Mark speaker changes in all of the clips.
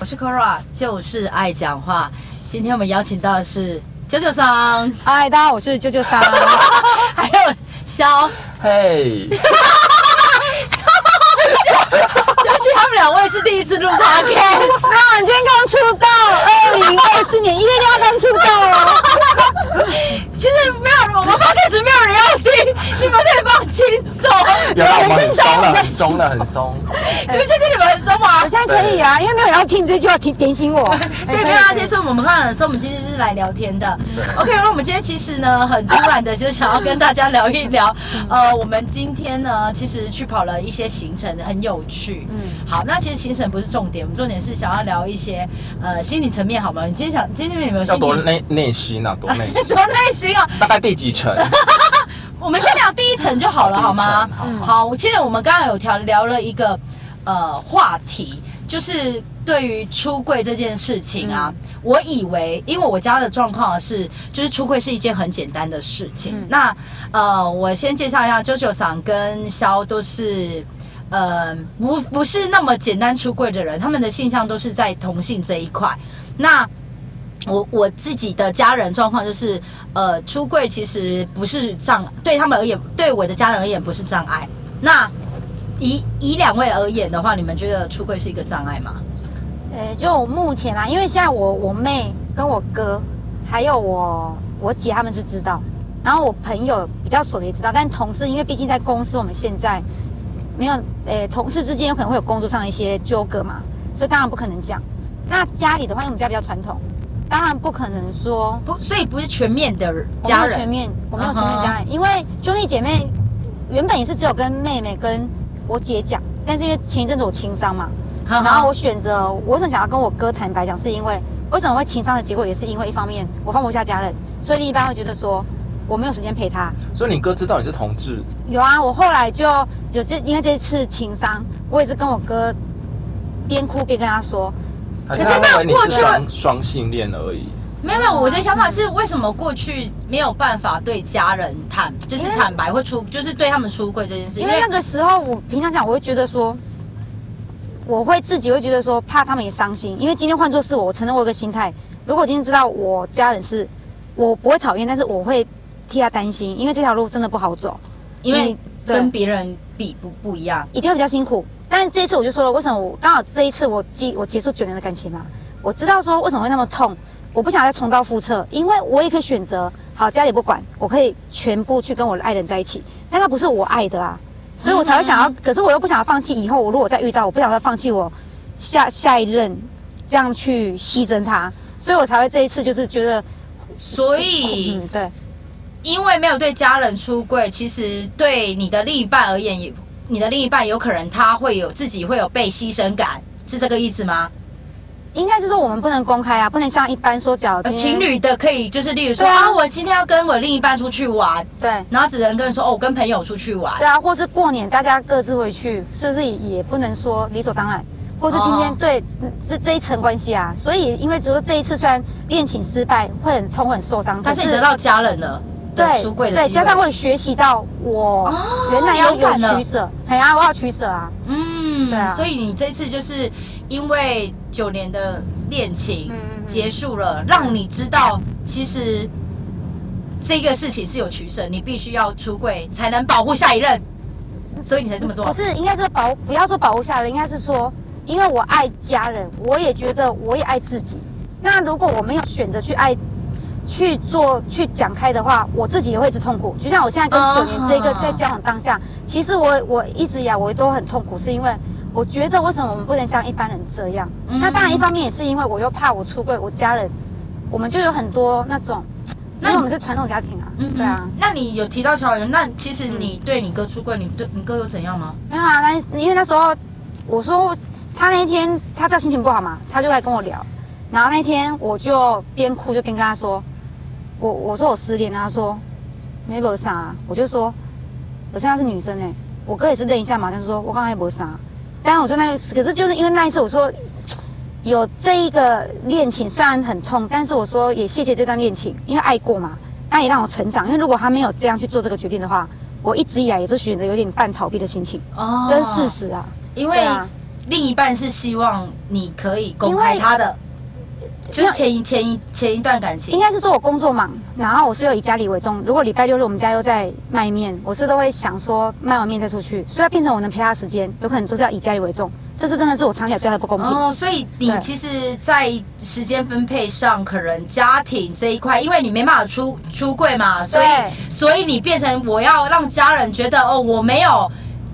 Speaker 1: 我是 Kora，就是爱讲话。今天我们邀请到的是九九桑，
Speaker 2: 嗨，大家好，我是啾啾桑。
Speaker 1: 还有肖，哎
Speaker 2: 哎
Speaker 3: 嘿，
Speaker 1: 尤其他们两位是第一次录 podcast。
Speaker 2: 那你今天刚出道，二零二四年一月六号刚出道哦。
Speaker 1: 其实没有人，我们 podcast 没有人要听，你们可以放轻 松。
Speaker 3: 有啦，我们很松
Speaker 1: 啊
Speaker 3: 了，很松了，很松。
Speaker 1: 你们确定你们很松吗
Speaker 2: 我现？在可以啊，因为没有人要听这句话，提点醒我。 哎
Speaker 1: 对，没有啊，其实我们看了说我们今天是来聊天的。OK，那我们今天其实呢，很突然的就想要跟大家聊一聊，呃，我们今天呢，其实去跑了一些行程，很有趣。嗯，
Speaker 2: 嗯
Speaker 1: 好，那其实行程不是重点，我们重点是想要聊一些呃心理层面，好吗？你今天想今天有没有
Speaker 3: 要
Speaker 1: 心
Speaker 3: 多
Speaker 1: 情？
Speaker 3: 内内心啊，多内心。
Speaker 1: 多内心啊！
Speaker 3: 大概第几 层？
Speaker 1: 我们先聊第一层就好了，
Speaker 3: 好
Speaker 1: 好吗？
Speaker 3: 第一层好
Speaker 1: 好，我记得我们刚刚有聊聊了一个呃话题，就是对于出柜这件事情啊，我以为因为我家的状况是，就是出柜是一件很简单的事情。
Speaker 2: 嗯
Speaker 1: 那呃，我先介绍一下，JoJo 桑跟肖都是。呃，不不是那么简单出柜的人，他们的性向都是在同性这一块。那我我自己的家人状况就是，呃，出柜其实不是障，对他们而言，对我的家人而言不是障碍。那以以两位而言的话，你们觉得出柜是一个障碍吗？
Speaker 2: 呃，就我目前嘛，因为现在我我妹跟我哥，还有我我姐他们是知道，然后我朋友比较熟的也知道，但同事因为毕竟在公司，我们现在没有，呃，同事之间有可能会有工作上的一些纠葛嘛，所以当然不可能讲。那家里的话，因为我们家比较传统，当然不可能说
Speaker 1: 不，所以不是全面的
Speaker 2: 我没
Speaker 1: 家
Speaker 2: 有全
Speaker 1: 人。啊
Speaker 2: 面，我没有全面家人，因为兄弟姐妹原本也是只有跟妹妹跟我姐讲，但是因为前一阵子我轻伤嘛，
Speaker 1: 哈
Speaker 2: 然后
Speaker 1: 啊哈
Speaker 2: 我选择，我很想要跟我哥坦白讲，是因为为什么会情商的结果，也是因为一方面我放不下家人，所以另一半会觉得说我没有时间陪他。
Speaker 3: 所以你哥知道你是同志，
Speaker 2: 有啊，我后来就有这，因为这次情商，我也是跟我哥边哭边跟他说，
Speaker 3: 还是
Speaker 1: 可是
Speaker 3: 他
Speaker 1: 那
Speaker 3: 认为你
Speaker 1: 过
Speaker 3: 是
Speaker 1: 去
Speaker 3: 双双性恋而已？
Speaker 1: 没有没有，我的想法是，为什么过去没有办法对家人坦，就是
Speaker 2: 因为
Speaker 1: 坦白会出，就是对他们出柜这件事？
Speaker 2: 因为那个时候我平常讲，我会觉得说，我会自己会觉得说怕他们也伤心，因为今天换做是我，我承认我有个心态，如果今天知道我家人是，我不会讨厌，但是我会替他担心，因为这条路真的不好走，
Speaker 1: 因为
Speaker 2: 你对
Speaker 1: 跟别人比不不一样。
Speaker 2: 一定会比较辛苦。但这一次我就说了，为什么我刚好这一次我结我结束九年的感情嘛，我知道说为什么会那么痛，我不想再重蹈覆辙，因为我也可以选择，好家里不管，我可以全部去跟我的爱人在一起，但他不是我爱的啊，所以我才会想要，
Speaker 1: 嗯
Speaker 2: 可是我又不想要放弃，以后我如果再遇到，我不想再放弃我下下一任，这样去牺牲他，所以我才会这一次就是觉得，
Speaker 1: 所以
Speaker 2: 嗯，对，
Speaker 1: 因为没有对家人出柜，其实对你的另一半而言，也你的另一半有可能他会有自己会有被牺牲感，是这个意思吗？
Speaker 2: 应该是说我们不能公开啊，不能像一般说讲
Speaker 1: 呃情侣的可以就是，例如说
Speaker 2: 对啊
Speaker 1: 啊，我今天要跟我另一半出去玩，
Speaker 2: 对。
Speaker 1: 然后只能跟人说哦，我跟朋友出去玩
Speaker 2: 对。啊，或是过年大家各自回去，是不是也不能说理所当然？或是今
Speaker 1: 哦
Speaker 2: 天对嗯这这一层关系啊，所以因为觉得这一次虽然恋情失败，会很痛很受伤，
Speaker 1: 但是你得到家人了，
Speaker 2: 对
Speaker 1: 出柜的
Speaker 2: 对，
Speaker 1: 机会
Speaker 2: 加上会学习到我
Speaker 1: 哦
Speaker 2: 原来要
Speaker 1: 勇敢
Speaker 2: 有
Speaker 1: 了
Speaker 2: 取舍，哎呀，我要取舍啊，
Speaker 1: 嗯，
Speaker 2: 对啊
Speaker 1: 所以你这次就是因为九年的恋情
Speaker 2: 嗯嗯嗯
Speaker 1: 结束了，让你知道其实这个事情是有取舍，你必须要出柜才能保护下一任，所以你才这么
Speaker 2: 不
Speaker 1: 做。
Speaker 2: 是应该说保不要说保护下人，应该是说，因为我爱家人，我也觉得我也爱自己。那如果我没有选择去爱、去做、去讲开的话，我自己也会一直痛苦。就像我现在跟
Speaker 1: 哦
Speaker 2: 九年这个在交往当下，其实我我一直以来我都很痛苦，是因为我觉得为什么我们不能像一般人这样？
Speaker 1: 嗯
Speaker 2: 那当然一方面也是因为我又怕我出柜，我家人，我们就有很多那种，因
Speaker 1: 那
Speaker 2: 为
Speaker 1: 你嗯
Speaker 2: 我们是传统家庭啊，对啊。嗯
Speaker 1: 那你有提到乔人，那其实你对你哥出柜，你对你哥有怎样吗？
Speaker 2: 没有啊，那因为那时候我说他那一天他知道心情不好嘛，他就来跟我聊，然后那天我就边哭就边跟他说，我我说我失恋啊，他说没没啥、我就说可是她是女生哎、我哥也是愣一下嘛，他就说我刚才没啥，但我就那可是就是因为那一次我说有这一个恋情虽然很痛，但是我说也谢谢这段恋情，因为爱过嘛，那也让我成长，因为如果他没有这样去做这个决定的话。我一直以来也是选择有点半逃避的心情。
Speaker 1: 哦
Speaker 2: 这是事实啊。
Speaker 1: 因
Speaker 2: 对
Speaker 1: 为
Speaker 2: 啊，
Speaker 1: 另一半是希望你可以公
Speaker 2: 因
Speaker 1: 开
Speaker 2: 为
Speaker 1: 他的，就
Speaker 2: 因
Speaker 1: 是
Speaker 2: 为
Speaker 1: 前一前一前一段感
Speaker 2: 应
Speaker 1: 情，
Speaker 2: 该是说我工作忙，然后我是又以家里为重。如果礼拜六日我们家又在卖面，我是都会想说卖完面再出去，所以变成我能陪他的时间，有可能都是要以家里为重。这是真的是我长期来对他的不公平。
Speaker 1: 哦，所以你
Speaker 2: 对
Speaker 1: 其实，在时间分配上，可能家庭这一块，因为你没办法出出柜嘛，所
Speaker 2: 对
Speaker 1: 以所以你变成我要让家人觉得哦，我没有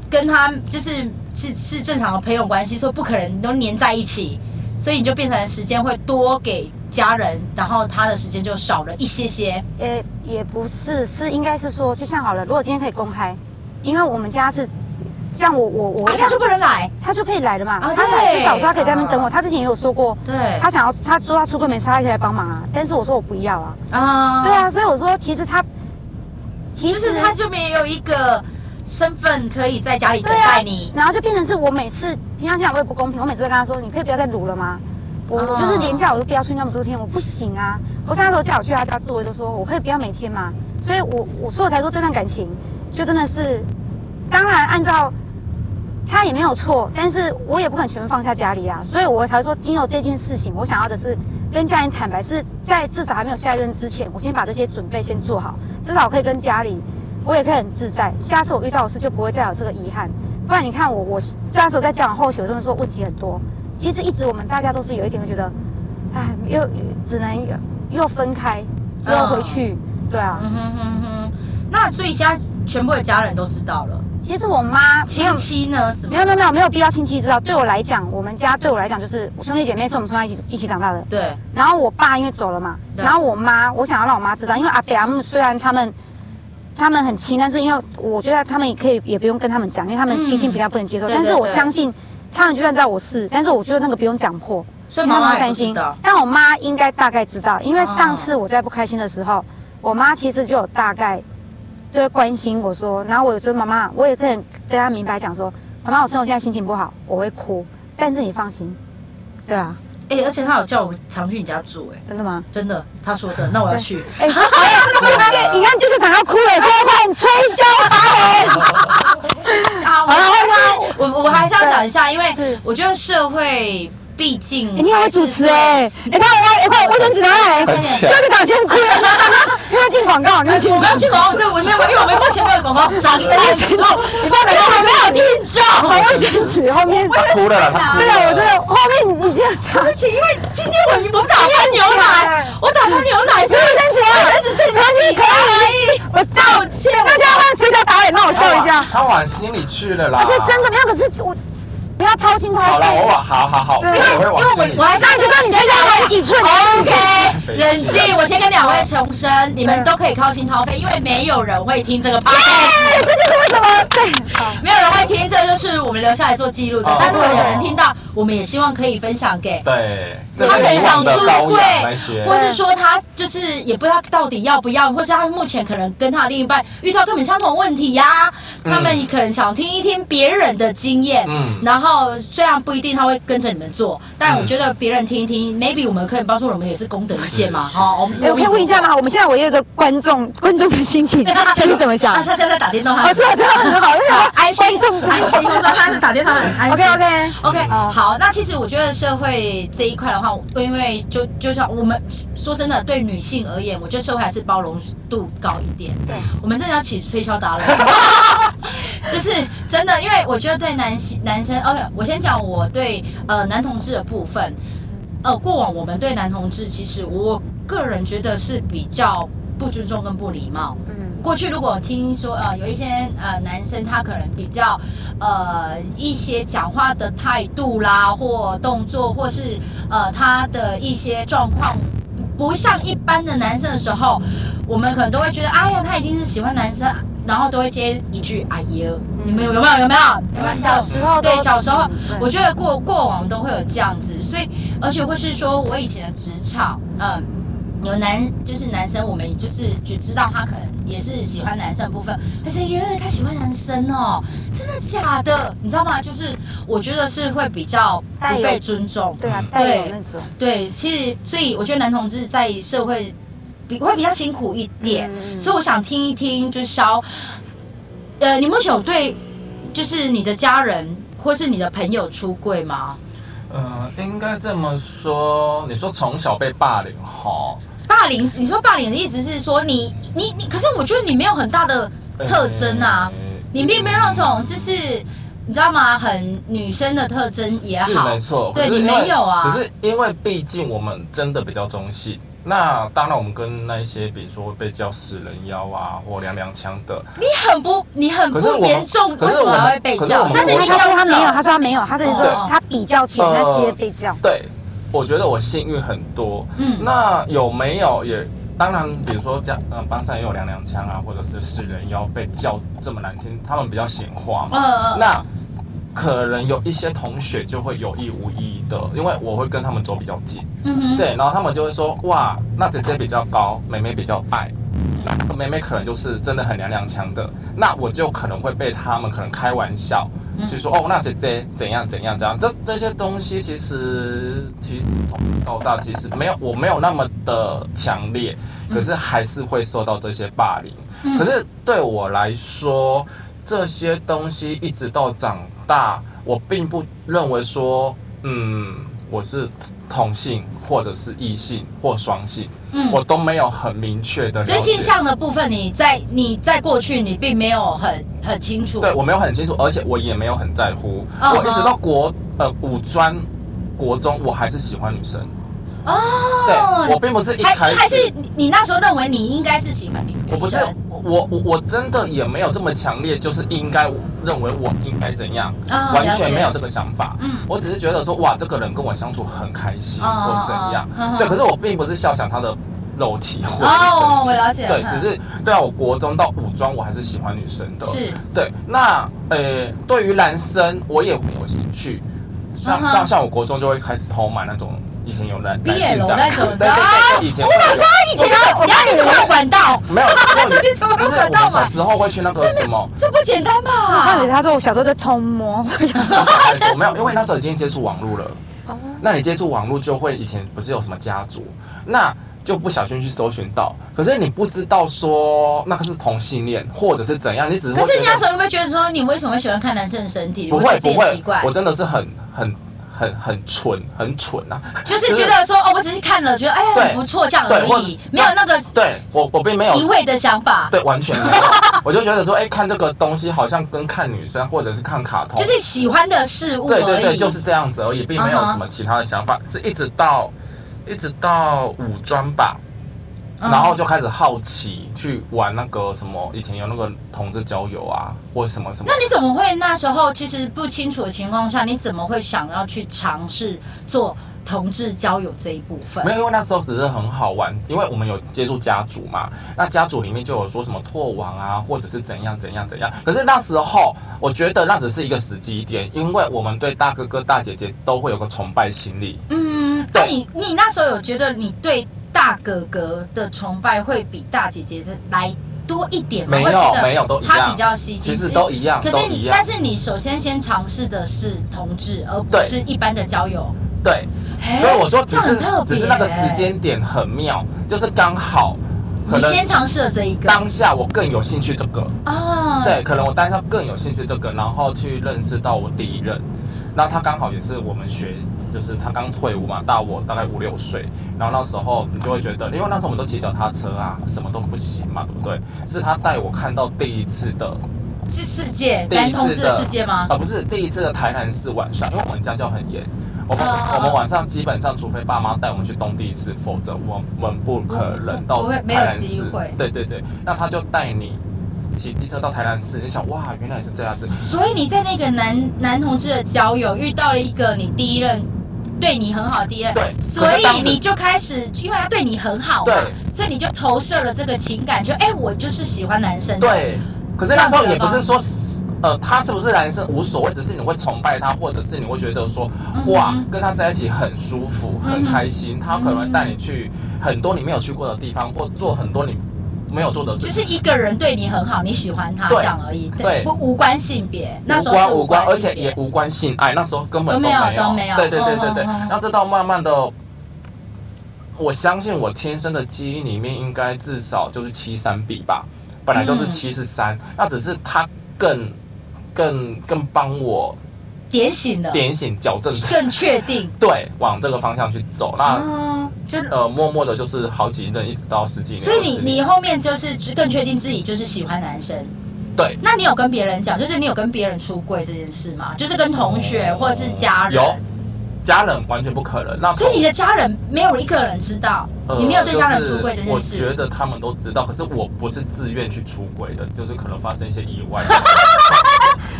Speaker 1: 跟他就是是是正常的朋友关系，所以不可能都黏在一起，所以你就变成时间会多给家人，然后他的时间就少了一些些。
Speaker 2: 也也不是，是应该是说，就像好了，如果今天可以公开，因为我们家是像我我我
Speaker 1: 啊，他就不能来，
Speaker 2: 他就可哦以来了嘛，
Speaker 1: 啊
Speaker 2: 他来
Speaker 1: 对
Speaker 2: 至少他可以在那边等我。
Speaker 1: 啊
Speaker 2: 他之前也有说过，
Speaker 1: 对，
Speaker 2: 他想要他说他出柜没差，他可以来帮忙啊。但是我说我不要啊，
Speaker 1: 啊
Speaker 2: 对，啊，所以我说其实他其
Speaker 1: 就
Speaker 2: 实
Speaker 1: 是他就没有一个身份可以在家里等
Speaker 2: 对啊
Speaker 1: 待你，
Speaker 2: 然后就变成是我每次平常这样我也不公平，我每次都跟他说，你可以不要再撸了吗？我
Speaker 1: 哦
Speaker 2: 我就是连假我都不要去那么多天，我不行啊！我他都叫我去他家住，我都说我可以不要每天嘛。所以我我所以我才说这段感情就真的是，当然按照他也没有错，但是我也不肯全部放下家里啊，所以我才说经由这件事情，我想要的是跟家人坦白，是在至少还没有下一任之前，我先把这些准备先做好，至少我可以跟家里，我也可以很自在，下次我遇到的事就不会再有这个遗憾。不然你看我，我那时候在交往后期，我这么说问题很多。其实一直我们大家都是有一点会觉得，哎，又只能又又分开，又回去，对啊。
Speaker 1: 嗯哼哼哼，那所以现在全部的家人都知道了，
Speaker 2: 其实我妈没有
Speaker 1: 亲戚呢什
Speaker 2: 没
Speaker 1: 么？
Speaker 2: 有没有没有没有必要亲戚知道。对我来讲，我们家对我来讲就是我兄弟姐妹是我们从小一起一起长大的。
Speaker 1: 对，
Speaker 2: 然后我爸因为走了嘛，
Speaker 1: 对
Speaker 2: 然后我妈，我想要让我妈知道，因为阿北阿姆虽然他们他们很亲，但是因为我觉得他们也可以也不用跟他们讲，因为他们
Speaker 1: 嗯
Speaker 2: 毕竟比较不能接受。
Speaker 1: 对对
Speaker 2: 但是我
Speaker 1: 对
Speaker 2: 相信他们就算知道我是，但是我觉得那个不用讲破，
Speaker 1: 所以
Speaker 2: 因
Speaker 1: 妈
Speaker 2: 为他们
Speaker 1: 妈也
Speaker 2: 会
Speaker 1: 不
Speaker 2: 担
Speaker 1: 知
Speaker 2: 心
Speaker 1: 道。。
Speaker 2: 但我妈应该大概知道，因为
Speaker 1: 哦
Speaker 2: 上次我在不开心的时候，我妈其实就有大概就会关心我说，然后我有说妈妈，我也可以跟她明白讲说，妈妈，我知道我现在心情不好，我会哭，但是你放心，对啊，
Speaker 1: 哎、而且他有叫我常去你家住、哎，
Speaker 2: 真的吗？
Speaker 1: 真的，他说的，那我要 去。
Speaker 2: 哎，你看，你看，就是想要哭了，现在快吹箫哎打我。
Speaker 1: 啊，我
Speaker 2: 好了
Speaker 1: 还是我我还是要讲一下，因为
Speaker 2: 嗯是
Speaker 1: 我觉得社会毕竟、
Speaker 2: 你很会主持哎，哎，他我我快卫生纸拿来，哎
Speaker 3: 很
Speaker 2: 这
Speaker 3: 强
Speaker 2: 个导先哭了，因为进广告，你要进
Speaker 1: 我
Speaker 2: 广
Speaker 1: 没有，
Speaker 2: 告哎
Speaker 1: 去广告，所以我没有，因为我没过前面的广告商，你
Speaker 2: 你不要等到后面
Speaker 1: 没有听众。
Speaker 2: 买卫生纸后面。
Speaker 3: 他哭了啦，他哭
Speaker 2: 对
Speaker 3: 了。
Speaker 2: 啊，我真的后面你这样讲，
Speaker 1: 而且因为今天我我打翻牛奶，我打翻牛奶，所以
Speaker 2: 卫生纸啊
Speaker 1: 但只是
Speaker 2: 没关系
Speaker 1: 你可以，
Speaker 2: 我
Speaker 1: 道歉。
Speaker 2: 大家要不要吹箫打脸让我笑一
Speaker 1: 啊
Speaker 2: 下？
Speaker 3: 他往心里去了啦。
Speaker 2: 这真的没有，可是我不要掏心掏
Speaker 3: 好了，我
Speaker 2: 肺。
Speaker 3: 往好好好，
Speaker 2: 对
Speaker 3: 我会
Speaker 1: 啊因为
Speaker 3: 往心里
Speaker 1: 我我还
Speaker 3: 去。
Speaker 1: 是
Speaker 2: 那你就让你吹箫还几寸
Speaker 1: OK，冷静。我先跟两位重申，你
Speaker 2: 嗯
Speaker 1: 们都可以掏心掏肺，因为没有人会听这个 podcast，
Speaker 2: 哎，这就是为什么哎对。
Speaker 1: 没有人会听，这就是我们留下来做记录的
Speaker 3: 哦。
Speaker 1: 但如果有人听到，我们也希望可以分享给。
Speaker 3: 对，
Speaker 1: 他
Speaker 3: 这是
Speaker 1: 很
Speaker 3: 以
Speaker 1: 想
Speaker 3: 往
Speaker 1: 出
Speaker 3: 的高
Speaker 1: 柜
Speaker 3: 雅那些，
Speaker 1: 或是说他就是也不知道到底要不要，或是他目前可能跟他的另一半遇到根本相同的问题呀、
Speaker 3: 嗯
Speaker 1: 他们可能想听一听别人的经验，
Speaker 3: 嗯
Speaker 1: 然后虽然不一定他会跟着你们做，但我觉得别人听一听、m a y b e 我们可以帮助我们也是功德一件 嘛，
Speaker 3: 嗯是
Speaker 1: 哈、我
Speaker 2: 哎、我可以问一下吗？我们现在我有一个观众，观众的心 情现在是怎么想
Speaker 1: 啊？他现在在打电动，他
Speaker 2: 哦，是啊，这样很好，因为
Speaker 1: 好安
Speaker 2: 观
Speaker 1: 心
Speaker 2: 众
Speaker 1: 安心，我说他在打电话很安心。
Speaker 2: OK OK，
Speaker 1: OK，、
Speaker 2: 哦
Speaker 1: 好，那其实我觉得社会这一块的话，我因为就就像我们说真的，对女性而言，我觉得社会还是包容度高一点。
Speaker 2: 对，
Speaker 1: 我们真的要起推销达人，就是真的，因为我觉得对男性男生，OK，我先讲我对呃男同志的部分，呃，过往我们对男同志，其实我个人觉得是比较不尊重跟不礼貌。
Speaker 2: 嗯，
Speaker 1: 过去如果听说呃有一些呃男生他可能比较呃一些讲话的态度啦，或动作，或是呃他的一些状况，不像一般的男生的时候，我们可能都会觉得哎呀他一定是喜欢男生，然后都会接一句哎呦，你们有有没有有没有有没有
Speaker 2: 小时候
Speaker 1: 对小时候，我
Speaker 2: 我
Speaker 1: 觉得过过往都会有这样子，所以而且会是说我以前的职场，嗯，有男就是男生，我们就是只知道他可能也是喜欢男生的部分，而且耶，他喜欢男生哦，真的假的？你知道吗？就是我觉得是会比较
Speaker 2: 带
Speaker 1: 不
Speaker 2: 有
Speaker 1: 被尊重，
Speaker 2: 对啊，
Speaker 1: 对
Speaker 2: 带有那种
Speaker 1: 对，其实所以我觉得男同志在社会比会比较辛苦一点，
Speaker 2: 嗯
Speaker 1: 所以我想听一听，就是肖，呃，你目前有对就是你的家人或是你的朋友出柜吗？
Speaker 3: 嗯，应该这么说。你说从小被霸凌哈，
Speaker 1: 霸凌，你说霸凌的意思是说你你你，可是我觉得你没有很大的特征啊，
Speaker 3: 嗯
Speaker 1: 你并没有那种就是你知道吗？很女生的特征也
Speaker 3: 是
Speaker 1: 好
Speaker 3: 没，错，
Speaker 1: 对
Speaker 3: 可是
Speaker 1: 你
Speaker 3: 因为
Speaker 1: 没有啊
Speaker 3: 可是因为毕竟我们真的比较中性，那当然我们跟那一些比如说被叫死人妖啊或娘娘腔的，
Speaker 1: 你很不你很
Speaker 3: 可是
Speaker 1: 不
Speaker 3: 我们
Speaker 1: 严重，
Speaker 3: 可
Speaker 1: 为
Speaker 3: 是
Speaker 1: 什么
Speaker 3: 我们
Speaker 1: 还会被
Speaker 3: 可是我
Speaker 1: 叫？
Speaker 3: 们
Speaker 1: 但是
Speaker 2: 他
Speaker 1: 你
Speaker 2: 他
Speaker 1: 要
Speaker 2: 说他没有，
Speaker 1: 懂
Speaker 2: 他说他没有，他只是
Speaker 1: 哦
Speaker 2: 说他比较前那些被叫。
Speaker 3: 对，我觉得我幸运很多。
Speaker 1: 嗯
Speaker 3: 那有没有也？当然，比如说家嗯班上也有娘娘腔啊，或者是死人妖被叫这么难听，他们比较显化嘛。
Speaker 1: 呃
Speaker 3: 那可能有一些同学就会有意无意的，因为我会跟他们走比较近，
Speaker 1: 嗯哼，
Speaker 3: 对，然后他们就会说哇，那姐姐比较高，妹妹比较矮，那妹妹可能就是真的很娘娘腔的，那我就可能会被他们可能开玩笑，
Speaker 1: 嗯
Speaker 3: 就说哦，那姐姐怎样怎样怎样，这这些东西其实其实从小到大其实没有我没有那么的强烈，可是还是会受到这些霸凌。
Speaker 1: 嗯
Speaker 3: 可是对我来说，这些东西一直到长大，我并不认为说，嗯，我是同性或者是异性或双性，
Speaker 1: 嗯
Speaker 3: 我都没有很明确的了
Speaker 1: 所以
Speaker 3: 解
Speaker 1: 性。向的部分，你在你在过去你并没有很很清楚，
Speaker 3: 对我没有很清楚，而且我也没有很在乎。
Speaker 1: 嗯
Speaker 3: 我一直到国呃五专、国中，我还是喜欢女生。
Speaker 1: 哦，
Speaker 3: 对我并不是一
Speaker 1: 还
Speaker 3: 开始
Speaker 1: 还是你你那时候认为你应该是喜欢女
Speaker 3: 我不是
Speaker 1: 生，哦
Speaker 3: 我我我真的也没有这么强烈，就是应该认为我应该怎样，
Speaker 1: 啊
Speaker 3: 完全没有，这个想法。
Speaker 1: 嗯
Speaker 3: 我只是觉得说，哇，这个人跟我相处很开心，
Speaker 1: 哦
Speaker 3: 或怎样
Speaker 1: 哦哦哦。
Speaker 3: 对，可是我并不是笑想他的肉体或者
Speaker 1: 哦
Speaker 3: 是
Speaker 1: 我了
Speaker 3: 身
Speaker 1: 解
Speaker 3: 体。对，
Speaker 1: 嗯
Speaker 3: 只是对啊，我国中到五专我还是喜欢女生的。
Speaker 1: 是
Speaker 3: 对，那呃，对于男生我也很有兴趣，像
Speaker 1: 嗯哼
Speaker 3: 像像我国中就会开始偷买那种以前有男男
Speaker 1: BL
Speaker 3: 性杂
Speaker 1: 那啊
Speaker 3: 志
Speaker 1: 种，
Speaker 3: 对对对，对以前会有。
Speaker 1: Oh 以前的，你要你怎么会 管到？
Speaker 3: 没有，
Speaker 1: 这边怎么
Speaker 3: 就是
Speaker 1: 会
Speaker 3: 我
Speaker 1: 有盗版
Speaker 3: 们小时候会去那个什么，
Speaker 1: 这不简单
Speaker 2: 他以
Speaker 1: 吧
Speaker 2: 为？他说我小时候在偷摸，我想
Speaker 3: 不是还是我没有，因为那时候已经接触网络了。
Speaker 2: 哦
Speaker 3: 那你接触网络就会以前不是有什么家族，那就不小心去搜寻到，可是你不知道说那个是同性恋或者是怎样，你只是会
Speaker 1: 可是你
Speaker 3: 觉
Speaker 1: 那
Speaker 3: 得
Speaker 1: 时候有没有觉得说，你为什么会喜欢看男生的身体？
Speaker 3: 不
Speaker 1: 我觉
Speaker 3: 会
Speaker 1: 得这
Speaker 3: 不
Speaker 1: 也
Speaker 3: 会
Speaker 1: 奇怪，
Speaker 3: 我，真的是很很很很蠢很蠢啊！
Speaker 1: 就是觉得说，哦，我只是看了，觉得哎
Speaker 3: 对
Speaker 1: 很不错这样而
Speaker 3: 对或
Speaker 1: 已，没有那个
Speaker 3: 对我我并没有
Speaker 1: 一味的想法，
Speaker 3: 对完全没有， 我就觉得说，哎、看这个东西好像跟看女生或者是看卡通，
Speaker 1: 就是喜欢的事物
Speaker 3: 对对
Speaker 1: 而
Speaker 3: 对，
Speaker 1: 已。
Speaker 3: 就是这样子而已，并没有
Speaker 1: 嗯哼
Speaker 3: 什么其他的想法，是一直到一直到五专吧，
Speaker 1: 嗯
Speaker 3: 然后就开始好奇去玩那个什么，以前有那个同志交友啊，或什么什么
Speaker 1: 那。你怎么会那时候其实不清楚的情况下，你怎么会想要去尝试做同志交友这一部分
Speaker 3: 没？有，因为那时候只是很好玩，因为我们有接触家族嘛，那家族里面就有说什么拓网啊，或者是怎样怎样怎样。可是那时候我觉得那只是一个时机点，因为我们对大哥哥大姐姐都会有个崇拜心理。
Speaker 1: 嗯，那
Speaker 3: 对
Speaker 1: 你你那时候有觉得你对大哥哥的崇拜会比大姐姐的来多一点吗？
Speaker 3: 没
Speaker 1: 会觉
Speaker 3: 有
Speaker 1: 得
Speaker 3: 没有都一
Speaker 1: 他
Speaker 3: 样
Speaker 1: 比，较吸睛，
Speaker 3: 其实都一样，
Speaker 1: 可
Speaker 3: 都
Speaker 1: 是
Speaker 3: 一
Speaker 1: 你，
Speaker 3: 样。
Speaker 1: 但是你首先先尝试的是同志，而不
Speaker 3: 对
Speaker 1: 是一般的交友。
Speaker 3: 对，
Speaker 1: 哎
Speaker 3: 所以我说只
Speaker 1: 这很
Speaker 3: 是
Speaker 1: 特别欸
Speaker 3: 只是那个时间点很妙，就是刚好，可
Speaker 1: 你
Speaker 3: 能
Speaker 1: 先尝试了这一个
Speaker 3: 当下我更有兴趣这个，
Speaker 1: 啊，
Speaker 3: 对，可能我当下更有兴趣这个，然后去认识到我第一任，然后他刚好也是我们学，就是他刚退伍嘛，大我大概五六岁，然后那时候你就会觉得，因为那时候我们都骑脚踏车啊，什么都不行嘛，对不对？是他带我看到第一次的
Speaker 1: 是世界
Speaker 3: 第
Speaker 1: 男
Speaker 3: 一
Speaker 1: 同
Speaker 3: 次
Speaker 1: 志的世界吗？
Speaker 3: 啊，不是第一次的台南市晚上，因为我们家教很严，我们、
Speaker 1: 啊
Speaker 3: 我们晚上基本上，除非爸妈带我们去东地市，否则我们不可能到
Speaker 1: 不会
Speaker 3: 台
Speaker 1: 没有
Speaker 3: 南
Speaker 1: 机
Speaker 3: 市
Speaker 1: 会。
Speaker 3: 对对对，那他就带你骑机车到台南市，你想哇，原来是这样子。
Speaker 1: 所以你在那个男男同志的交友遇到了一个你第一任对你很好的第一任，
Speaker 3: 对
Speaker 1: 所
Speaker 3: 可是
Speaker 1: 以
Speaker 3: 当时
Speaker 1: 你就开始，因为他对你很好嘛，
Speaker 3: 对
Speaker 1: 所以你就投射了这个情感，就哎、我就是喜欢男生，，
Speaker 3: 对，可是那时候也不
Speaker 1: 这样
Speaker 3: 是
Speaker 1: 子
Speaker 3: 说。呃，他是不是男生无所谓，只是你会崇拜他，或者是你会觉得说，
Speaker 1: 嗯哼嗯
Speaker 3: 哇，跟他在一起很舒服，很开心。他可能会带你去很多你没有去过的地方，或做很多你没有做的事情
Speaker 1: 就是一个人对你很好，你喜欢他
Speaker 3: 对
Speaker 1: 这样而已，
Speaker 3: 对
Speaker 1: 不无关性别，那
Speaker 3: 无
Speaker 1: 时候是
Speaker 3: 关无关，
Speaker 1: 关
Speaker 3: 而
Speaker 1: 性
Speaker 3: 且
Speaker 1: 别
Speaker 3: 也无关性爱，那时候根本
Speaker 1: 都
Speaker 3: 都
Speaker 1: 没
Speaker 3: 没
Speaker 1: 有
Speaker 3: 有，
Speaker 1: 都没有
Speaker 3: 对对对对
Speaker 1: 嗯
Speaker 3: 对。
Speaker 1: 嗯嗯
Speaker 3: 然后这到慢慢的，我相信我天生的基因里面应该至少就是七三比吧，本来就是
Speaker 1: 嗯
Speaker 3: 七十三，那只是他更更更帮我
Speaker 1: 点醒了，
Speaker 3: 点醒、矫正，
Speaker 1: 更确定
Speaker 3: 对，往这个方向去走。那
Speaker 1: 哦，就
Speaker 3: 呃，默默的就是好几任，一直到十几年。
Speaker 1: 所以你
Speaker 3: 20
Speaker 1: 你
Speaker 3: 年
Speaker 1: 后面就是更确定自己就是喜欢男生。
Speaker 3: 对
Speaker 1: 那你有跟别人讲，就是你有跟别人出柜这件事吗？就是跟同学或者是家人？
Speaker 3: 哦有。家人完全不可能。那
Speaker 1: 所以你的家人没有一个人知道，
Speaker 3: 呃
Speaker 1: 你没有对家人出柜这
Speaker 3: 就是
Speaker 1: 件
Speaker 3: 我
Speaker 1: 事。
Speaker 3: 觉得他们都知道，可是我不是自愿去出轨的，就是可能发生一些意 外。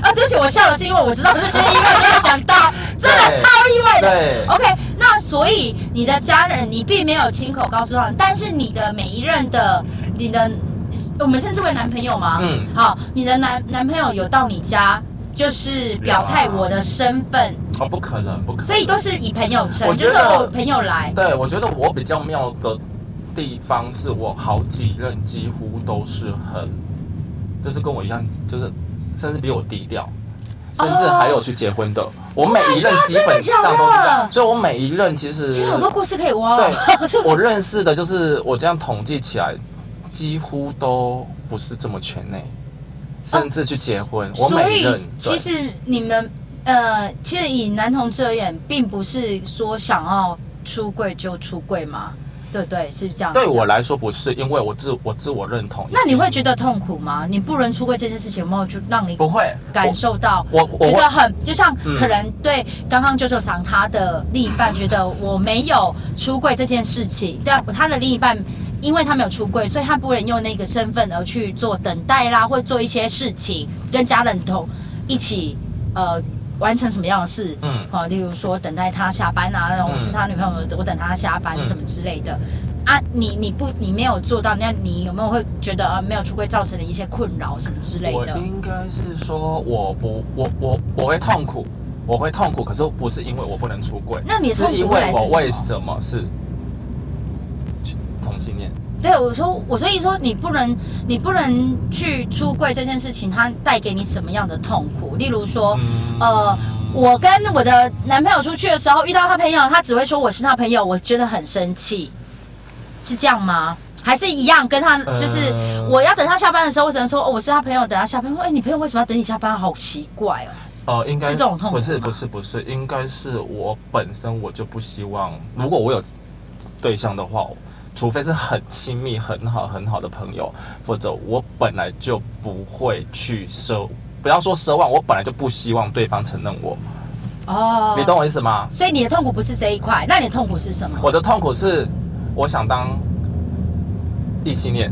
Speaker 1: 啊，对不起，我笑了是因为我知道这些意外，没有想 到，真的超意外的。
Speaker 3: 对，
Speaker 1: OK，那所以你的家人你并没有亲口告诉他们，但是你的每一任的你的，我们称之为男朋友吗？
Speaker 3: 嗯，
Speaker 1: 好，你的男男朋友有到你家，就是表态
Speaker 3: 有啊
Speaker 1: 我的身份，
Speaker 3: 哦，不可能，不可能。
Speaker 1: 所以都是以朋友
Speaker 3: 我
Speaker 1: 称，
Speaker 3: 觉
Speaker 1: 就是
Speaker 3: 得
Speaker 1: 我朋友来。
Speaker 3: 对，我觉得我比较妙的地方是我好几任几乎都是很，就是跟我一样，就是甚至比我低调，
Speaker 1: 哦
Speaker 3: 甚至还有去结婚的。我每一任基本上都
Speaker 1: 啊
Speaker 3: 是这
Speaker 1: 真的假
Speaker 3: 样，
Speaker 1: 的
Speaker 3: 所以我每一任其实
Speaker 1: 有好多故事可以挖哦。
Speaker 3: 对， 我认识的就是我这样统计起来，几乎都不是这么圈内，甚至去结婚。我
Speaker 1: 哦所
Speaker 3: 每一
Speaker 1: 以
Speaker 3: 任
Speaker 1: 其
Speaker 3: 对
Speaker 1: 实你们呃，其实以男同志而言，并不是说想要出柜就出柜嘛，对不对？是这样。
Speaker 3: 对我。来说不是，因为我自我自我认同。
Speaker 1: 那你会觉得痛苦吗？你不能出柜这件事情，有没有就让你
Speaker 3: 不会
Speaker 1: 感受到？
Speaker 3: 我我
Speaker 1: 觉
Speaker 3: 我
Speaker 1: 得很，就像
Speaker 3: 嗯
Speaker 1: 可能对刚刚九九赏他的另一半，觉得我没有出柜这件事情，但他的另一半，因为他没有出柜，所以他不能用那个身份而去做等待啦，或做一些事情，跟家人同一起呃完成什么样的事。
Speaker 3: 嗯
Speaker 1: 哦，例如说等待他下班啊，我是他女朋友，我等他下班
Speaker 3: 嗯
Speaker 1: 什么之类的。啊，你你不你没有做到，那你有没有会觉得啊没有出柜造成的一些困扰什么之类
Speaker 3: 我
Speaker 1: 的？
Speaker 3: 应该是说我不我我我会痛苦，我会痛苦，可是不是因为我不能出柜，
Speaker 1: 那你的
Speaker 3: 是
Speaker 1: 痛苦
Speaker 3: 因
Speaker 1: 会来
Speaker 3: 为
Speaker 1: 自
Speaker 3: 我为
Speaker 1: 什么？
Speaker 3: 什么是同性恋？
Speaker 1: 对，我说我所以说你不能你不能去出柜这件事情，它带给你什么样的痛苦？例如说，
Speaker 3: 嗯
Speaker 1: 呃，我跟我的男朋友出去的时候遇到他朋友，他只会说我是他朋友，我觉得很生气，是这样吗？还是一样跟他
Speaker 3: 呃
Speaker 1: 就是。我要等他下班的时候，我只能说、哦、我是他朋友，等他下班。说哎、你朋友为什么要等你下班？好奇怪哦。
Speaker 3: 呃，应该
Speaker 1: 是这种痛苦
Speaker 3: 不是
Speaker 1: 吗
Speaker 3: 不是不是，应该是我本身我就不希望，如果我有对象的话，除非是很亲密、很好、很好的朋友，否则我本来就不会去奢，不要说奢望，我本来就不希望对方承认我，
Speaker 1: 哦，
Speaker 3: 你懂。我意思吗？
Speaker 1: 所以你的痛苦不是这一块，那你的痛苦是什么？
Speaker 3: 我的痛苦是，我想当异性恋，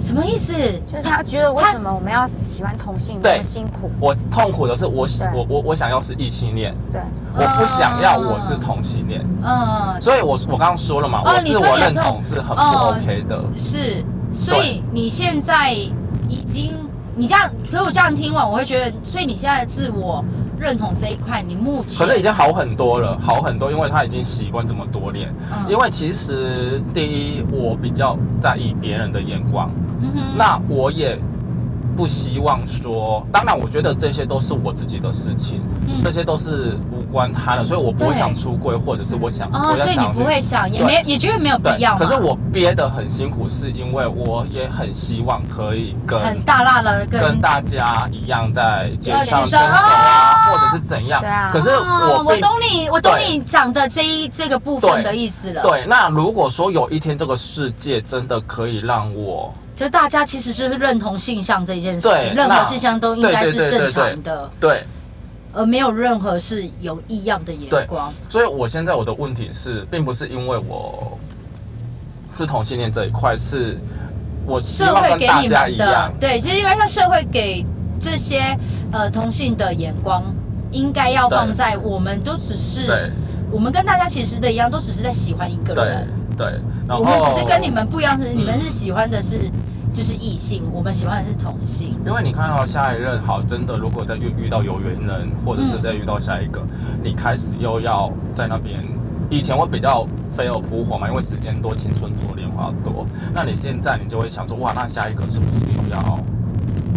Speaker 1: 什么意思？
Speaker 2: 就是他觉得为什么我们要喜欢同性那
Speaker 3: 对
Speaker 2: 么辛苦？
Speaker 3: 我痛苦的是我喜
Speaker 2: 对
Speaker 3: 我我我想要是异性恋，
Speaker 2: 对，
Speaker 3: 我不想要我是同性恋，
Speaker 1: 嗯，
Speaker 3: 所以我我刚刚说了嘛，
Speaker 1: 哦
Speaker 3: 我
Speaker 1: 你
Speaker 3: 自
Speaker 1: 说
Speaker 3: 我
Speaker 1: 你很
Speaker 3: 认
Speaker 1: 痛
Speaker 3: 同是很不
Speaker 1: 哦
Speaker 3: OK 的。
Speaker 1: 是，所以你现在已经，你这样，可是我这样听完，我会觉得，所以你现在的自我认同这一块，你目前
Speaker 3: 可是已经好很多了，好很多，因为他已经习惯这么多年。
Speaker 1: 嗯
Speaker 3: 因为其实第一，我比较在意别人的眼光，
Speaker 1: 嗯哼
Speaker 3: 那我也不希望说，当然，我觉得这些都是我自己的事情，
Speaker 1: 嗯
Speaker 3: 这些都是无关他的，所以我不会
Speaker 1: 对
Speaker 3: 想出柜，或者是我想，
Speaker 1: 哦，
Speaker 3: 我要
Speaker 1: 所以
Speaker 3: 想
Speaker 1: 你不会想，也没也觉得没有必
Speaker 3: 对
Speaker 1: 要，嘛
Speaker 3: 可是我憋得很辛苦，是因为我也很希望可以跟
Speaker 1: 很大辣的跟
Speaker 3: 跟大家一样在街
Speaker 1: 要
Speaker 3: 上
Speaker 1: 接受
Speaker 3: 牵手啊，或者是怎样
Speaker 2: 对啊。
Speaker 3: 可是
Speaker 1: 哦
Speaker 3: 我
Speaker 1: 我
Speaker 3: 并
Speaker 1: 懂你，我懂
Speaker 3: 对
Speaker 1: 你讲的这一这个部分
Speaker 3: 对
Speaker 1: 的意思了。，
Speaker 3: 对，那如果说有一天这个世界真的可以让我，
Speaker 1: 就大家其实是认同性向这件事情，
Speaker 3: 对
Speaker 1: 任何
Speaker 3: 那
Speaker 1: 性向都应该
Speaker 3: 对
Speaker 1: 是
Speaker 3: 对对
Speaker 1: 正
Speaker 3: 对
Speaker 1: 常的，
Speaker 3: 对，
Speaker 1: 而没有任何是有异样的眼
Speaker 3: 对
Speaker 1: 光。
Speaker 3: 所以我现在我的问题是，并不是因为我是同性恋这一块，是我希
Speaker 1: 社
Speaker 3: 望
Speaker 1: 会
Speaker 3: 跟
Speaker 1: 给
Speaker 3: 大
Speaker 1: 你
Speaker 3: 家一
Speaker 1: 们的
Speaker 3: 样，，
Speaker 1: 对，其实因为他社会给这些呃同性的眼光，应该要放
Speaker 3: 对
Speaker 1: 在我们都只是
Speaker 3: 对
Speaker 1: 我们跟大家其实的一样，都只是在喜欢一个
Speaker 3: 对
Speaker 1: 人。
Speaker 3: 对，然
Speaker 1: 我
Speaker 3: 后
Speaker 1: 们只是跟你们不一样，是你们
Speaker 3: 嗯
Speaker 1: 是喜欢的是就是异性，我们喜欢的是同性。
Speaker 3: 因为你看到下一任好，真的如果再遇遇到有缘人，或者是再遇到下一个，你开始又要在那边。以前我比较飞蛾扑火嘛，因为时间多，青春多，年华多。那你现在你就会想说，哇，那下一个是不是又要？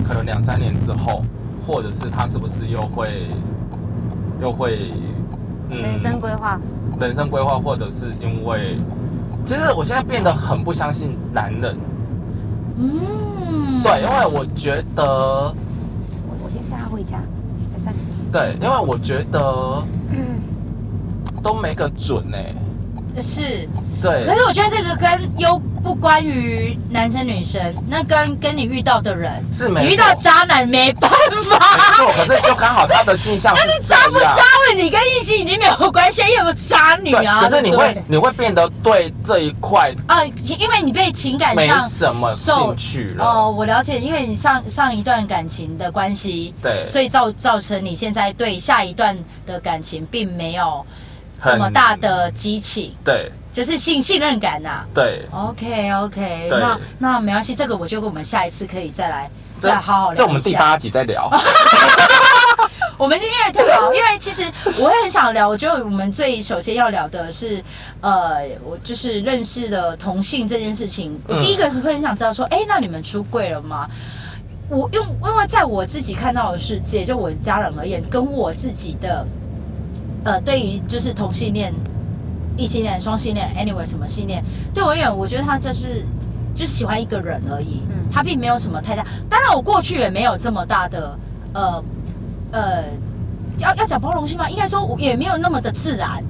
Speaker 3: 可能两三年之后，或者是他是不是又会又会嗯
Speaker 2: 人生规划，
Speaker 3: 人生规划，或者是因为，其实我现在变得很不相信男人，
Speaker 1: 嗯，
Speaker 3: 对，因为我觉得。
Speaker 2: 我我先载他回家，再站。
Speaker 3: 对，因为我觉得
Speaker 2: 嗯，
Speaker 3: 都没个准呢、
Speaker 1: 是，可
Speaker 3: 对，
Speaker 1: 是我觉得这个跟又不关于男生女生，那跟跟你遇到的人，
Speaker 3: 是没
Speaker 1: 你遇
Speaker 3: 错
Speaker 1: 到渣男没办
Speaker 3: 没
Speaker 1: 法。
Speaker 3: 错，可是就刚好他的性向 是
Speaker 1: 那你渣不
Speaker 3: 这样
Speaker 1: 渣了，你跟异性已经没有关系，因为有没有渣女
Speaker 3: 对，
Speaker 1: 啊？
Speaker 3: 可是你
Speaker 1: 对不对
Speaker 3: 会你会变得对这一块
Speaker 1: 啊，其因为你被情感
Speaker 3: 没
Speaker 1: 上
Speaker 3: 什么兴趣了。
Speaker 1: 哦，我了解，因为你上上一段感情的关系，
Speaker 3: 对，
Speaker 1: 所以造造成你现在对下一段的感情并没有这么
Speaker 3: 很
Speaker 1: 大的激情，
Speaker 3: 对
Speaker 1: 就是信信任感呐、
Speaker 3: 对，
Speaker 1: OK OK，
Speaker 3: 对
Speaker 1: 那那没关系，这个我觉得我们下一次可以再来
Speaker 3: 这
Speaker 1: 再好好聊
Speaker 3: 这我们
Speaker 1: 一
Speaker 3: 第
Speaker 1: 下。
Speaker 3: 八集再聊。
Speaker 1: 我们今天也特好，因为其实我也很想聊，我觉得我们最首先要聊的是，呃，我就是认识的同性这件事情。我
Speaker 3: 嗯
Speaker 1: 第一个会很想知道说，哎、那你们出柜了吗？我因为因为在我自己看到的世界，就我家人而言，跟我自己的，呃，对于就是同性恋、异性恋、双性恋，anyway 什么性恋，对我而言，我觉得他就是就喜欢一个人而已，
Speaker 2: 嗯
Speaker 1: 他并没有什么太大。当然，我过去也没有这么大的呃呃，要要讲包容性吗？应该说我也没有那么的自然。
Speaker 2: 嗯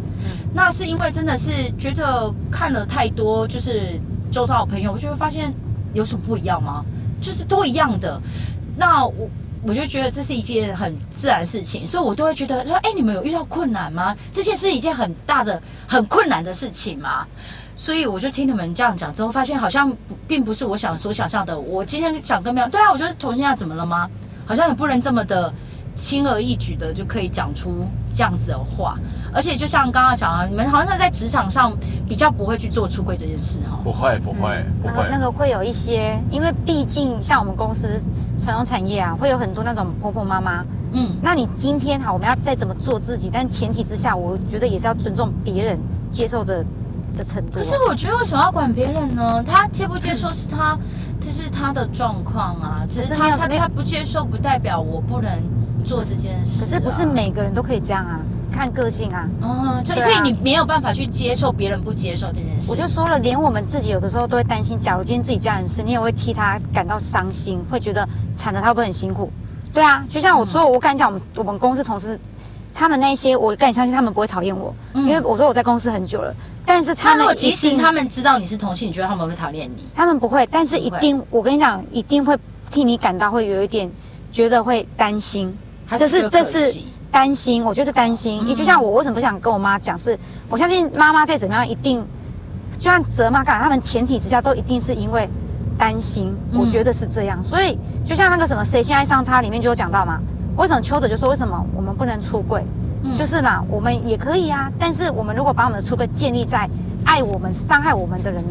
Speaker 1: 那是因为真的是觉得看了太多，就是周遭的朋友，我就会发现有什么不一样吗？就是都一样的。那我我就觉得这是一件很自然的事情，所以我都会觉得说，哎、你们有遇到困难吗？这件是一件很大的、很困难的事情吗？所以我就听你们这样讲之后，发现好像不并不是我想所想象的。我今天想跟别人，对啊，我觉得同性恋怎么了吗？好像也不能这么的轻而易举的就可以讲出这样子的话。而且就像刚刚讲啊，你们好像在职场上比较不会去做出柜这件事哈、
Speaker 3: 不会不会不
Speaker 2: 那个
Speaker 3: 会
Speaker 2: 嗯那，个会有一些，因为毕竟像我们公司传统产业啊，会有很多那种婆婆妈妈。
Speaker 1: 嗯，
Speaker 2: 那你今天好，我们要再怎么做自己，但前提之下，我觉得也是要尊重别人接受的的程度啊。
Speaker 1: 可是我觉得为什么要管别人呢？他接不接受是他，这是他的状况啊。只是
Speaker 2: 没
Speaker 1: 他
Speaker 2: 有
Speaker 1: 他
Speaker 2: 没有
Speaker 1: 他不接受，不代表我不能做这件事、
Speaker 2: 可是不是？每个人都可以这样啊，看个性啊。
Speaker 1: 哦，所以、
Speaker 2: 对啊
Speaker 1: 所以你没有办法去接受别人不接受这件事。
Speaker 2: 我就说了，连我们自己有的时候都会担心，假如今天自己家人死，你也会替他感到伤心，会觉得惨了，他会不会很辛苦？对啊，就
Speaker 1: 嗯
Speaker 2: 像我说，我敢讲，我们我们公司同事，他们那些，我敢相信他们不会讨厌我，
Speaker 1: 嗯
Speaker 2: 因为我说我在公司很久了，但是他
Speaker 1: 那如
Speaker 2: 们
Speaker 1: 果
Speaker 2: 一
Speaker 1: 即使
Speaker 2: 定，
Speaker 1: 他们知道你是同性，你觉得他们会讨厌你？
Speaker 2: 他们不会，但是一定，我跟你讲，一定会替你感到会有一点觉得会担心，
Speaker 1: 还是
Speaker 2: 这是
Speaker 1: 觉得可
Speaker 2: 这是
Speaker 1: 惜
Speaker 2: 担心，我就是担心。
Speaker 1: 嗯
Speaker 2: 因为就像我为什么不想跟我妈讲，是我相信妈妈再怎么样，一定就像责骂干嘛，他们前提之下都一定是因为担心，
Speaker 1: 嗯
Speaker 2: 我觉得是这样。所以就像那个什么《谁先爱上他》里面就有讲到嘛，为什么邱泽就说为什么我们不能出柜，
Speaker 1: 嗯
Speaker 2: 就是嘛，我们也可以啊，但是我们如果把我们的出柜建立在爱我们、伤害我们的人，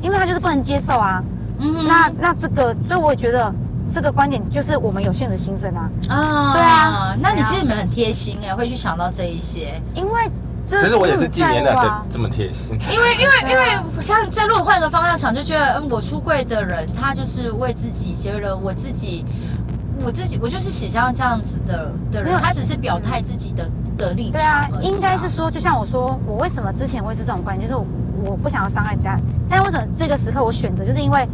Speaker 2: 因为他就是不能接受啊。
Speaker 1: 嗯
Speaker 2: 那那这个，所以我觉得这个观点就是我们有限的心声啊，
Speaker 1: 啊
Speaker 2: 对啊
Speaker 1: 那你
Speaker 2: 对啊
Speaker 1: 其实你们很贴心哎、会去想到这一些。
Speaker 2: 因为就
Speaker 3: 其实我也是
Speaker 2: 很
Speaker 3: 近年
Speaker 2: 在
Speaker 3: 来
Speaker 2: 乎
Speaker 3: 才
Speaker 2: 啊
Speaker 3: 这么贴心。
Speaker 1: 因为因为因
Speaker 2: 对
Speaker 1: 为
Speaker 2: 啊
Speaker 1: 像在如果换个方向想，就觉得嗯，我出柜的人，他就是为自己觉得我自己，我自己我就是喜欢这样子的的
Speaker 2: 没
Speaker 1: 人，
Speaker 2: 有
Speaker 1: 他只是表态自己的的立场
Speaker 2: 对啊
Speaker 1: 而已，
Speaker 2: 应该是说，就像我说，我为什么之前会是这种观念，就是我我不想要伤害家人，但为什么这个时刻我选择，就是因为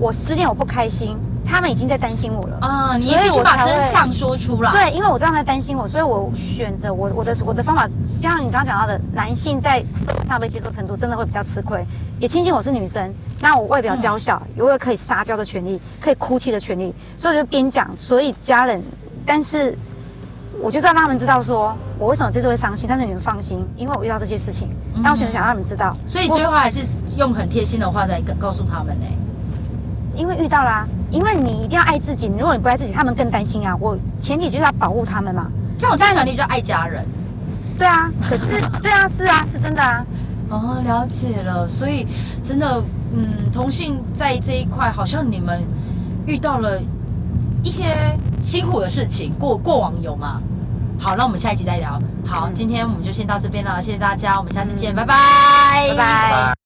Speaker 2: 我失恋我不开心，他们已经在担心我了。
Speaker 1: 啊，你
Speaker 2: 所以
Speaker 1: 必须
Speaker 2: 我
Speaker 1: 把
Speaker 2: 才
Speaker 1: 真
Speaker 2: 会
Speaker 1: 相说出来。
Speaker 2: 对，因为我知道他们在担心我，所以我选择我我的我的方法，就像你刚刚讲到的，男性在社会上被接受程度真的会比较吃亏。也庆幸我是女生，那我外表娇
Speaker 1: 嗯
Speaker 2: 小，我有可以撒娇的权利，可以哭泣的权利，所以我就边讲，所以家人，但是我就是要让他们知道说，我为什么这次会伤心，但是你们放心，因为我遇到这些事情，但我选择想让你们知道，
Speaker 1: 嗯所以
Speaker 2: 我
Speaker 1: 最后还是用很贴心的话来告诉他们呢、
Speaker 2: 因为遇到啦、因为你一定要爱自己，如果你不爱自己，他们更担心啊。我前提就是要保护他们嘛。
Speaker 1: 这种在场你比较爱家人。
Speaker 2: 对啊，可是对啊，是啊，是真的啊。
Speaker 1: 哦，了解了。所以真的，嗯，同性在这一块，好像你们遇到了一些辛苦的事情，过过往有吗？好，那我们下一集再聊。好，
Speaker 2: 嗯
Speaker 1: 今天我们就先到这边了，谢谢大家，我们下次见，
Speaker 2: 嗯
Speaker 1: 拜拜，
Speaker 2: 拜拜
Speaker 3: 拜。